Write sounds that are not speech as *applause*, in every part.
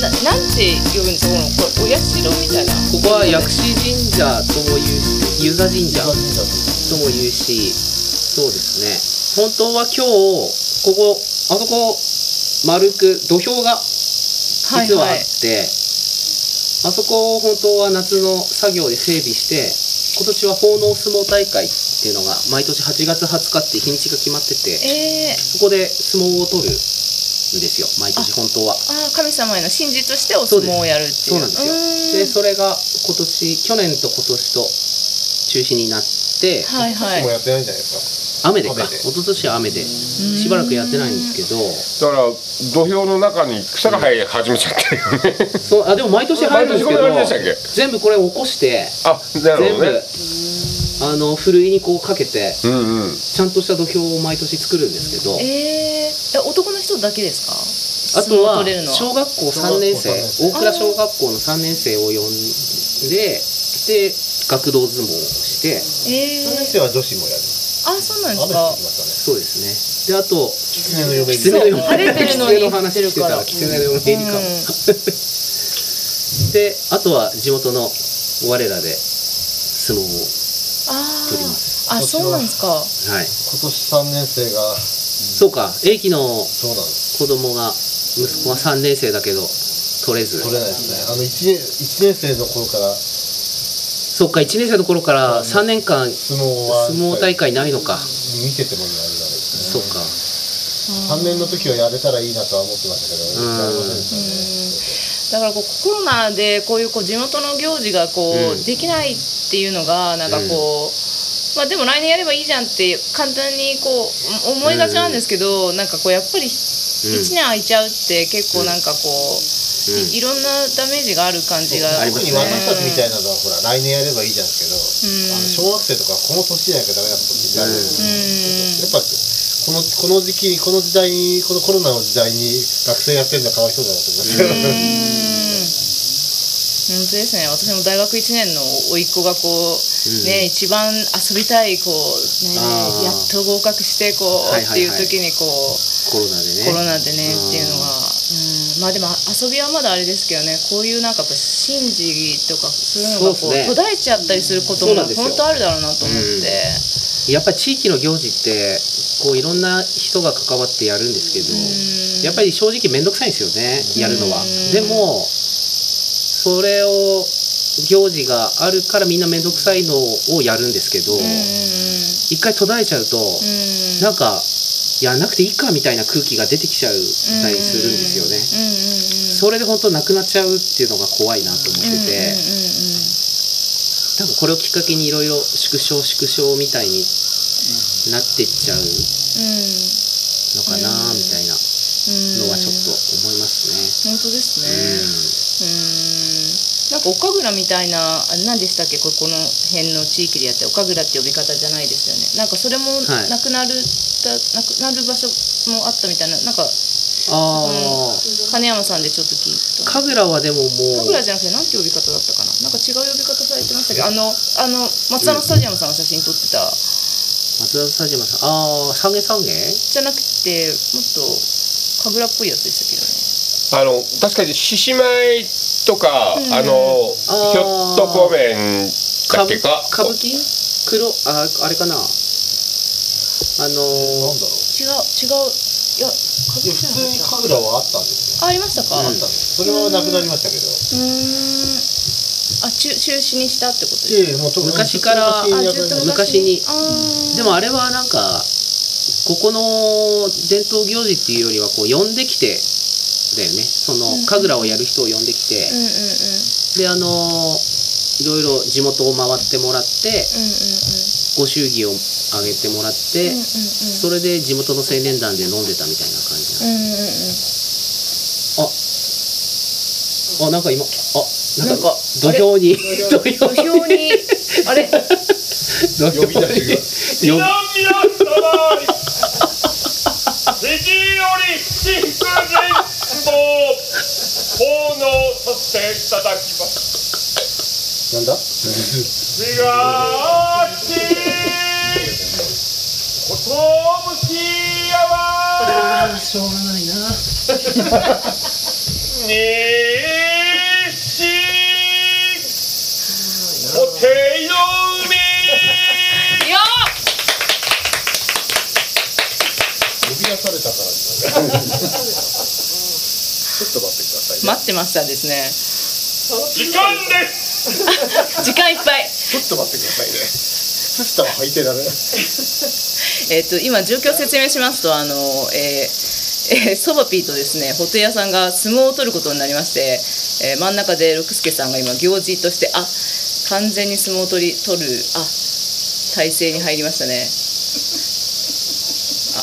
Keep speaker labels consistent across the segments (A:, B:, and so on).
A: て呼ぶんですかこのこれお社みたいな
B: ここは薬師神社ともいうし湯座神社ともいうしそうですね本当は今日ここあそこ丸く土俵が実はあって、あそこを本当は夏の作業で整備して今年は奉納相撲大会っていうのが毎年8月20日って日にちが決まってて
A: えー、
B: そこで相撲を取るんですよ毎年本当は。
A: あー神様への神事としてお相撲をやるっていう
B: そうなんですよ。でそれが今年去年と今年と中止になっ
A: う
B: て
A: ーんはいはい
C: もうやってないんじゃないです
B: 雨でか
C: 雨で
B: 一昨年は雨でしばらくやってないんですけど
C: かだから土俵の中に草が生え始めちゃってるよね
B: そうあでも毎年入るんですけ
C: *laughs*
B: ど
C: 毎年こんな感じでし
B: 全部これ起こして
C: あなる
B: 全
C: ほどね
B: 部あのふるいにこうかけて
C: うんうん
B: ちゃんとした土俵を毎年作るんですけど
A: えー、え男の人だけですか
B: あと
A: 相撲
B: は
A: 取れるの
B: 小学校3年生大倉小学校の3年生を呼んでで学童相撲をして。
A: え
D: その
A: ー、
D: 人は女子もやる。
A: あそうなん
D: 雨
A: です
D: 降ってき
A: か
D: まし
B: そうですね。であと
D: たね。狐の嫁
B: 狐の嫁
A: そう晴れてるのに
B: 狐の話してたら狐の嫁入りか、
A: うん
B: であとは地元の我らで相撲を
A: あ
B: 取ります
A: ーあそうなんですか
B: はい
D: 今年三年生が
B: そうか英樹の
D: そうなんです。
B: 子供が息子が3年生だけど取れず
D: 取れないですね。あの一年一年生の頃から
B: そっか1年生の頃から3年間
D: 相撲は
B: 相撲大会ないのか、
D: 見ててもやるだろうです
B: そうか
D: ね。三年の時はやれたらいいなとは思ってました
B: うん
D: けど、やれませんで
A: うん
D: し
A: だからこうコロナでこういうこう地元の行事がこう、
B: うん
A: できないっていうのがなんかこう、まあ、でも来年やればいいじゃんって簡単にこう思いがちなんですけど、なんかこうやっぱり1年空いちゃうって結構なんかこう、いいろんなダメージがある感じが
B: あ
D: た
B: り
D: ね。
B: ます
D: 特
B: ね
D: に私たちみたいなのはほら来年やればいいじゃんですけど、あの小学生とかこの年じゃなきゃダメだと年ってあるんです
A: うん
D: よやっぱこのこの時期にこの時代にこのコロナの時代に学生やってんだかわいそうだなと思いますけど、
A: うーん本当ですね私も大学1年の甥いっ子がこう、ね一番遊びたいこう、ね
B: あ、ー
A: やっと合格してこう、
B: はいはいは
A: っ
B: い
A: ていう時にこう
B: コロナでね
A: コロナでね
B: うん
A: っていうのが。うんまあでも遊びはまだあれですけどねこういうなんかやっぱ神事とかそういうのがこ
B: そう
A: う
B: ですね
A: 途絶えちゃったりすること
B: そう
A: も
B: なんですよ
A: 本当あるだろうなと思って、
B: やっぱり地域の行事ってこういろんな人が関わってやるんですけど、
A: ん
B: やっぱり正直面倒くさいんですよねやるのは
A: うん。
B: でもそれを行事があるからみんな面倒くさいのをやるんですけど、
A: うん
B: 一回途絶えちゃうと、
A: うん
B: なんかやんなくていいかみたいな空気が出てきちゃうたりするんですよ
A: うんうん
B: ね。
A: うん
B: それで本当なくなっちゃうっていうのが怖いなと思ってて、
A: うんうんうんうん
B: 多分これをきっかけにいろいろ縮小縮小みたいになってっちゃう
A: うん
B: のかなみたいなのはちょっと思いますね。
A: 本当です
B: う
A: ね
B: ん
A: うーんなんか岡倉みたいなあ何でしたっけここの辺の地域でやって岡倉って呼び方じゃないですよねなんかそれも
B: はい
A: なくなる、だなくなる場所もあったみたいななんか
B: ああ、
A: 金山さんでちょっと聞いた
B: 神楽はでもも
A: 岡
B: う
A: 倉じゃなくて何て呼び方だったかななんか違う呼び方されてましたけどあのあの松田のスタジアムさんが写真撮ってた、
B: 松田佐島さん、ああ、三軒三軒？
A: じゃなくてもっと神楽っぽいやつでしたけ
C: あ
A: どね
C: の確かに獅子舞とか、
A: うん
C: あの
B: あー
C: ひょっとこめんだっけか
B: 歌
C: *laughs*
B: 舞伎？黒ああれかな。あのー
D: なんだろう
A: 違う違ういや
D: い
A: 神
D: や
A: 楽じゃ
D: 普通に
A: なかっ
D: 神楽はあったんです
A: た
D: よ、
A: あありましたか、
B: うん
D: あったんですそれはなくなりましたけど、
A: うーんあ中中止にしたってことですか
D: いえいえもうと
B: 昔から
D: ずっと
A: あ
D: 昔
A: ずっと昔にあー
B: 昔にで
D: に
B: もあれはなんかここの伝統行事っていうよりはこう呼んできてだよね。その神楽をやる人を呼んできて
A: うん、うんうんうん
B: であのーいろいろ地元を回ってもらっ
A: う
B: て、
A: んうん
B: ご祝儀をあげてもらって、それで地元の青年団で飲んでたみたいな感じな
A: うんうんうん
B: の。あ、なんか今、あ、な
A: なんん
B: か
A: か
B: 土俵に、土
A: 土
B: 俵
A: 俵
B: に、
A: にあれ
B: 土俵に、
D: 呼び出
B: 呼
E: 皆
B: び
E: 様肘より祝日を奉納させていただきます
D: なんだ
E: すがしことぶきやわ
B: あ
F: *laughs*
B: ーしょうがないな。
E: に
D: ちょっと待ってください、ね。
A: 待ってましたですね
E: 時間です
A: *laughs* 時間いっぱい
D: ちょっと待ってくださいね。靴下は履いてられない。
A: えっと今状況を説明しますとあの、えーえーそばピーとですねホテイヤさんが相撲を取ることになりまして、えー真ん中で六輔さんが今行事としてあ完全に相撲を取り取るあ体勢に入りましたねあ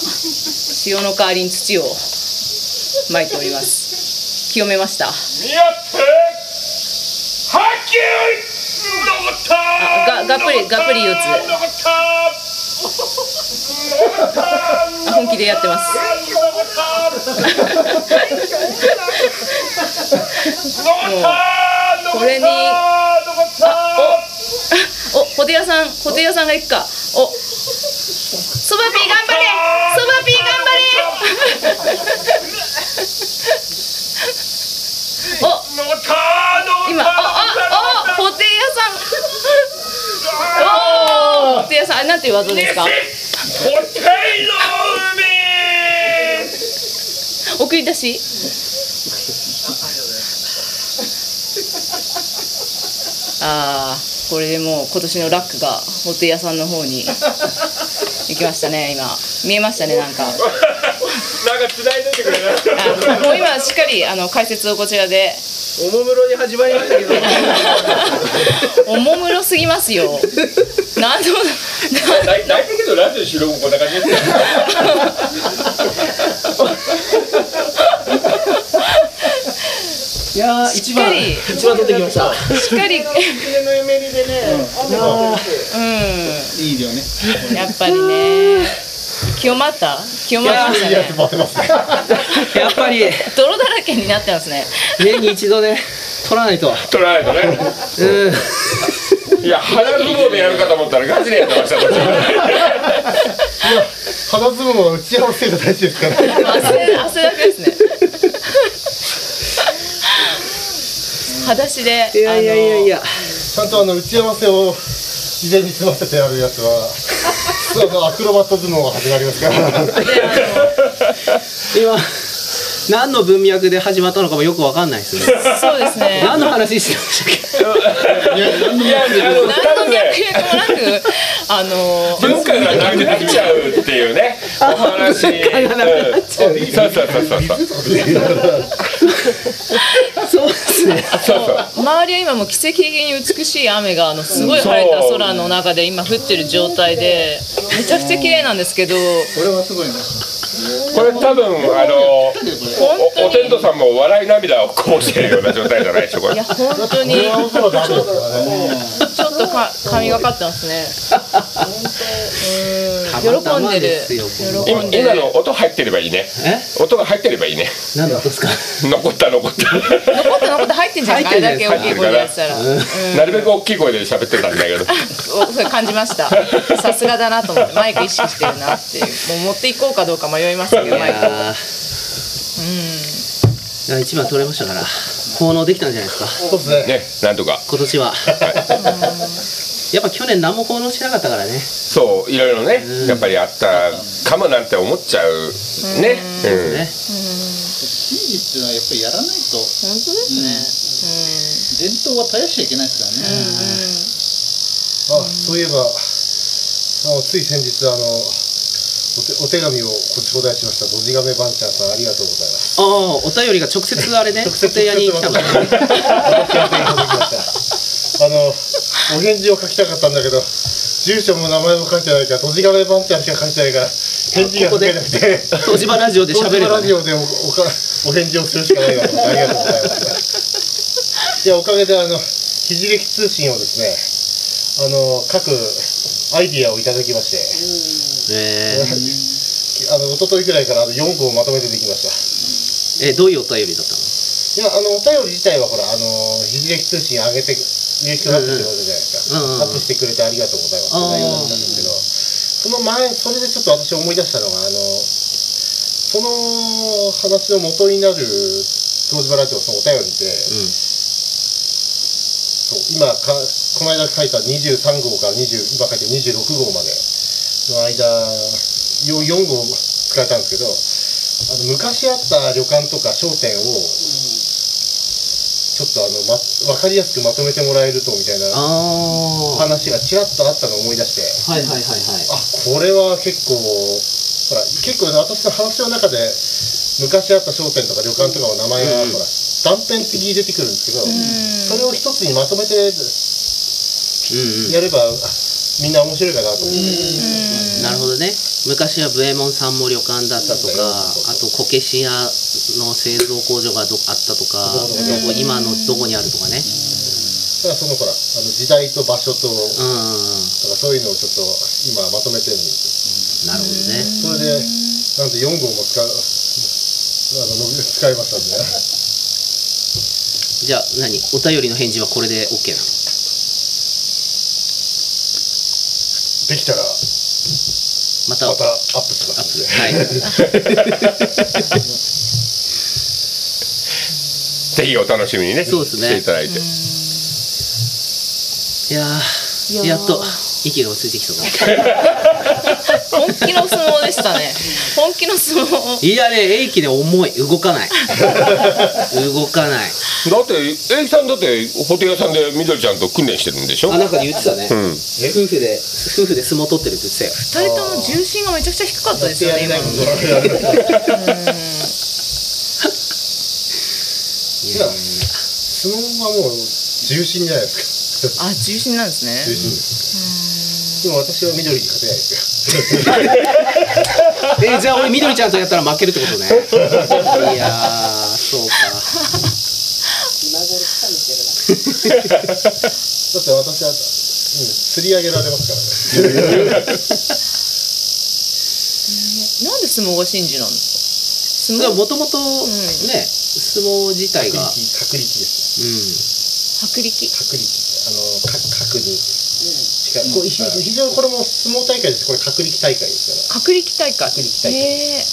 A: 塩の代わりに土をまいております清めました
E: 見合ってはっきり登った
A: あががっぷりがっぷり四つ
E: 登った登った
A: あ本気でやってます
E: 登った登った
A: これに
E: 登った
A: おホテイヤさんホテイヤさんが行くかおそばピー頑張れそばピー頑張れお
E: 登った登った
A: 今、あ、あ、あ、ホテイヤさん。おお、ホテイヤさん、あれなんていう技ですか。
E: ホテイの海
A: 送り出し。ああ、これでもう今年のラックがホテイヤさんの方
B: *laughs*
A: に。行きましたね、今、見えましたね、なんか。
B: なんか繋いでてくれない
A: あもう今しっかり、あの解説をこちらで。
B: おもむろに始まりましたけど
A: *laughs* おもむろすぎますよ。なんでも、
G: 大大体けどラジオ収録もこんな感じですよ
B: いやー
A: し
B: 一
A: っか
B: 番
A: り
B: 一番取ってきました
A: しっかり。う
F: いいよね。
A: ん、やっぱりね。清まった。清まりました
D: いや、ちょ
A: ね
D: っ。と *laughs* 待ってます。
B: やっぱり
A: 泥だらけになってますね。
B: 年に一度ね取らないと
G: 取らないとね
B: うん
G: いや花相撲でやるかと思ったらガチでやってましたこっち
D: 肌相撲は打ち合わせが大事ですから。
A: 汗、汗だくですね。裸足で。
B: いやいやいやい
A: や。
B: や
D: ちゃんとあの打ち合わせを事前に済ませてあるやつは、そうあのアクロバット相撲が始まりますから。
A: で、あ
B: 今何の文脈で始まったのかもよくわかんないです *laughs* ね
A: の、そう
G: *laughs*
A: ですね。
B: 何の話してましたっ
G: いやあの
A: 何
G: 多
A: の
G: 分
A: 脈
G: ね
A: 絡もなく、あの。
G: 文化がなくなっちゃうっていうねお話
B: 文化がなくなっちゃう
G: うんそうそうそうそうそう
B: けそうですね
G: そうそう
A: 周りは今もう奇跡的に美しい雨があのすごい晴れた空の中で今降ってる状態でめちゃくちゃ綺麗なんですけど
F: これはすごいな。
G: これ多分あのおお天道さんも笑い涙をこぼしてるような状態じゃないでしょこれ
A: いや本当に
D: 青空があるんですからね。
A: ちょっとか神がかってますねう
B: たまた
A: ん
B: ま
A: 喜んでる
B: ですよ
G: 今
A: 喜んで
G: 今
A: る
G: の音入ってればいいね
B: え
G: 音が入ってればいいね *laughs*
B: 何のことですか
G: 残った残った
A: 残った残った入ってんじゃないかあ
B: 入
A: れ
B: っ
A: だ
B: てん
A: け
B: じゃない
A: 大きい声でやってたら
G: なるべく大きい声で喋ってたんだけど
A: おそれ感じま
D: *laughs*
A: したさすがだなと思ってマイク意識してるなっていうもう持っていこうかどうか迷いましたけ
B: い
A: どマイクを
B: やーいや一番取れましたから奉納できたんじゃないですか
D: そうですね。
G: ねなんとか
B: 今年はやっぱ去年何も奉納しなかったからね
G: そういろいろねやっぱりあったかもなんて思っちゃうねうん
B: ね
F: 真実っていうのはやっぱりやらないと
A: 本当です
F: 伝統は絶やしちゃいけないですからね。
D: あ、そういえば、あのつい先日あのお手お手紙をご頂戴しました。ドジガメバンちゃんさんありがとうございます。
B: ああお便りが直接あれねお手屋に来たからね
D: 私宛てに届きました。あのお返事を書きたかったんだけど、住所も名前も書いてないから、ドジガメバンちゃんしか書いてないから返事が書けなくて。
B: 東芝ラジオで喋れば、
D: ラジ
B: ね、
D: オでおおかお返事をするしかないなと思ってありがとうございます。いやおかげであの肘歴通信をですね、あの各アイディアをいただきまして、
B: え
D: あの一昨日ぐらいからあの4号をまとめてできました。
B: ーえどういうお便りだったの
D: いやあのお便り自体はほらあの肘歴通信上げて履歴をアップしてくれたじゃないですか。
B: うんうん
D: アップしてくれてありがとうございますって内容だったんですけど、その前それでちょっと私思い出したのがあのその話の元になる東芝ラジオそのお便りで。
B: う
D: そう今かこの間書いた23号から20今書いてる26号までの間よ4号使えたんですけどあの昔あった旅館とか商店をちょっとあの、ま、分かりやすくまとめてもらえるとみたいな
B: ああ
D: 話がちらっとあったのを思い出して
B: はいはいはいはい
D: あこれは結構ほら結構私の話の中で昔あった商店とか旅館とかの名前が、
B: うん
D: ほら断片的に出てくるんですけど、それを一つにまとめて
B: うん
D: やれば、あみんな面白いかなと思って。
B: うんなるほどね昔はブエモンさんも旅館だったとかあとこけし屋の製造工場がどあったとかどこ今のどこにあるとかね
D: ただそのほらあの時代と場所と
B: うんうんうん
D: とかそういうのをちょっと今まとめてるんです
B: なるほどね
D: よそれでなんと4号も使うあの伸び使いましたんで
B: じゃあ何お便りの返事はこれで OK なの
D: できたら
B: また
D: またアップし
B: ア
D: ま
B: ッ
D: す
B: プ
D: んで
B: *laughs* はい
G: ぜひお楽しみにね
B: そうですね
G: していただいて
B: いやーやっと息が落ちてきそうだ
A: 本気の相撲でした
D: *laughs*
A: ね本気の相撲
B: いやね英気で重い動かない *laughs* 動かない
G: だって英樹さんだってホテル屋さんでみどりちゃんと訓練してるんでしょ
B: あなんか言ってたね、
G: うん
B: 夫婦で夫婦で相撲取ってるって言ってたよ
A: 二人とも重心がめちゃくちゃ低かったですよね今のね
D: いや相撲はもう重心じゃないですか *laughs*
A: あ重心なんです
D: 重
A: ね
D: 心ですでも私は緑に勝てないですよ
B: えーじゃあ俺みどりちゃんとやったら負けるってことねいやーそうか
D: だって私は、うん、釣り上げられますからね
A: なんで相撲が真珠なんですか
B: で
A: 相
B: も
A: 撲
B: もともとね相撲自体
D: *laughs*
B: が、うん、
D: 確力です
A: 薄力
D: 確力あのか確認力こう非非常にこれも相撲大会ですこれ確力大会ですから
A: 薄力大会
D: 薄力大会
A: へえ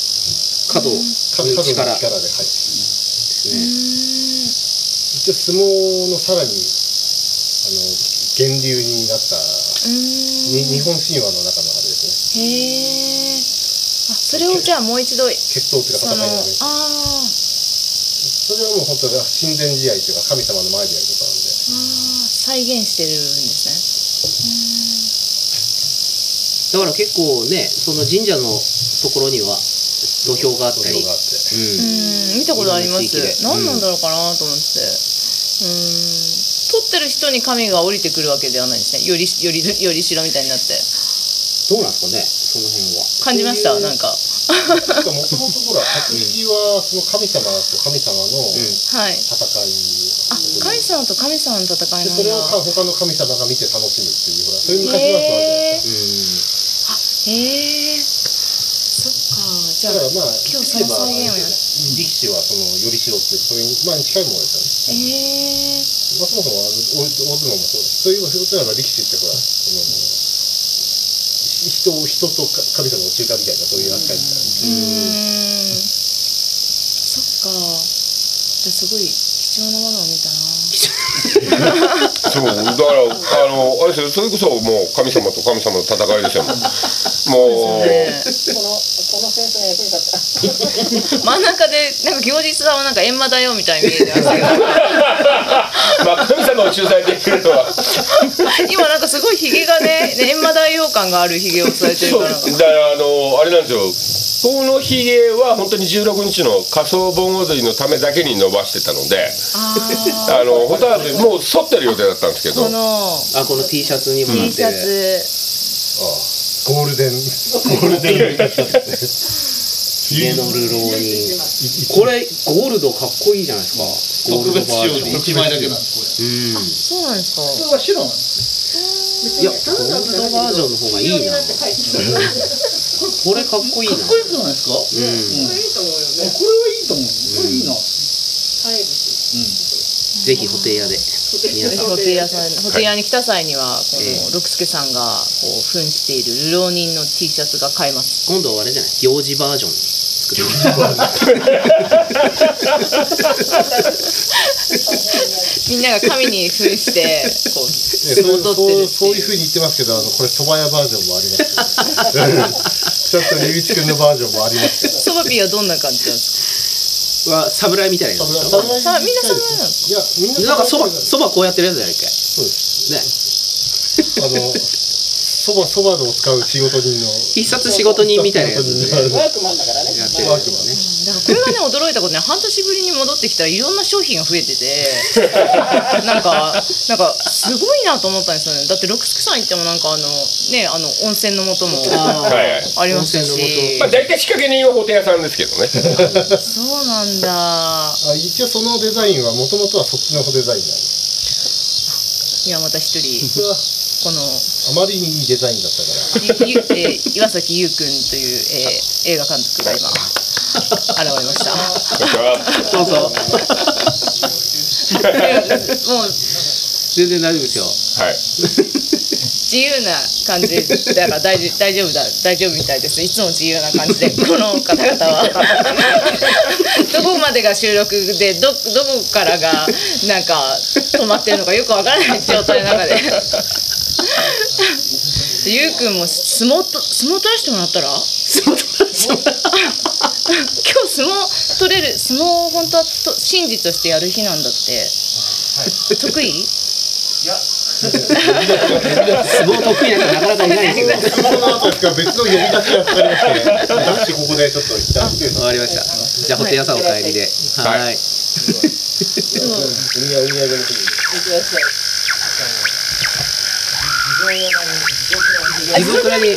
B: 角を
D: 数の力で、
B: 力
D: はい、一応相撲のさらにあの源流になった
A: うーん
D: に日本神話の中のあれですね
A: へえあそれをじゃあもう一度
D: 決闘という
A: そ
D: か
A: の
D: 戦いのね
A: あー
D: それはもう本当に神殿試合というか神様の前でやることなんで
A: あー再現してるんですね
B: だから結構ねその神社のところには土俵があった
D: 土
B: り、う、
D: 俵があって
A: うんん見たことありま
B: いろんな地域です
A: 何なんだろうかなと思っててうーん取ってる人に神が降りてくるわけではないですねよりよりよりしろみたいになって
B: どうなんですかねその辺は
A: 感じましたなんか
D: てかもともとほら白力はその神様と神様
B: ん
D: の
A: はい
D: 戦い
A: あ神様と神様の戦い
D: で
A: なん
D: それを
A: だ
D: 他の神様が見て楽しむっていうほらそういう昔話はあるじゃないですか
A: へえへえ
B: う
A: そっかじゃあ
D: だからまあ、
A: 今日
D: 言えば
A: 再現をやる
D: 力士はそのよりしろっていうそれに、まあ、近いものですよね。
A: ええ
D: まあ、そもそもあの大大相撲もそうだし、そういうことならば力士ってほら、そのひ人を人とか神様の中間みたいなそういう扱いみたいな。
A: うーんそっかじゃあすごい貴重なものを見たな
G: そうだからあのあれですよそれこそもう神様と神様の戦いですよもうもう *laughs*
A: ね
H: この、この先生が役に立った。
A: 真ん中でなんか行司さんはなんか閻魔だよみたいに見えてましたけど
G: まあ神様を仲裁できるのは
A: 今なんかすごいひげがねね閻魔大王感があるひげをされてる
G: そう
A: か
G: だ
A: らなんか
G: からあのあれなんですよこのひげは本当に16日の仮装盆踊りのためだけに伸ばしてたので
A: あ
G: あの本当はもう剃ってる予定だったんですけ
A: ーこ
G: ど
A: の
B: ん、あこの T シャツにもな
A: T
B: って
A: シャ
B: る
A: ツ
D: ゴールデン、ゴールデンの生かし方ですね。
B: ヒゲ *laughs* のルローにこれゴールドかっこいいじゃないですかゴー
F: 特
B: ルド
F: 別
B: バ
F: 仕
B: ー
F: 様
B: ジョン
F: で1枚だけなんですこ
B: うん
A: そうなんですか
F: れ普通は白なんです
B: いやゴールドバージョンの方がいいな *laughs* これかっこいいな
F: かっこよくないですか、う
B: う
F: ん、
B: ん
F: これいいと思うよねこれはいいと思うこれいいな、
B: ぜひホテイヤで皆さん
A: ホテイヤさんホテイヤに来た際にはこの六助さんがこう扮している流浪人の T シャツが買えます
B: 今度はあれじゃない行事バージョン作ってみる
A: みんなが神に扮してこう
D: ねそう
A: 戻ってるっていう
D: そうそういうふうに言ってますけどあのこれ蕎麦屋バージョンもありますよ *laughs* ちょっと龍一君のバージョンもあり *laughs* ますよ
A: ソバピーはどんな感じなんです
B: は侍みたいなやつでしょ
A: かさあみんな侍なんです
D: いやみんな
B: なんかそば
D: そ
B: そばこうやってるやつじゃないかいう
D: です
B: ね
D: あのそばそばを使う仕事人の
B: 必殺仕事人みたいなやつでね
H: ワークマンだからね。
B: やってるや
D: ワー
B: つ
D: クマン
B: ね
A: だからこれがね驚いたことね半年ぶりに戻ってきたらいろんな商品が増えててなんかなんかすごいなと思ったんですよねだって六助さん行ってもなんかあのねあの温泉の素も
B: あ
G: はいはい
A: ありました
B: 温泉
A: し
G: まあ、大体仕掛け人はホテ屋さんですけどね。
A: そうなんだ
D: あ一応そのデザインはもともとはそっちのデザインなんです
A: いやまた一人
D: それは
A: この
D: あまりにいいデザインだったから
A: ゆゆえー岩崎優君という、えー映画監督が今現れました。
B: どうぞ
A: もう
B: 全然大丈夫ですよ
G: はい。
A: 自由な感じだから *laughs* 大丈大丈夫だ大丈夫みたいですいつも自由な感じで *laughs* この方々は *laughs* どこまでが収録でどどこからがなんか止まってるのかよくわからない状態の中で *laughs* ゆうくんも相撲と相撲取らせてもらったら今日相撲取れる相撲を本当はと神事としてやる日なんだって、得意
B: 相撲得意な人なかなかいないですよね
D: その後ですから別の呼び出しがかかりまして、ダッシュここでちょっと一旦休憩
B: わかりましたじゃあホテ屋さんお帰りで
G: はい
B: はい
D: お土産の時に。
B: 地蔵蔵に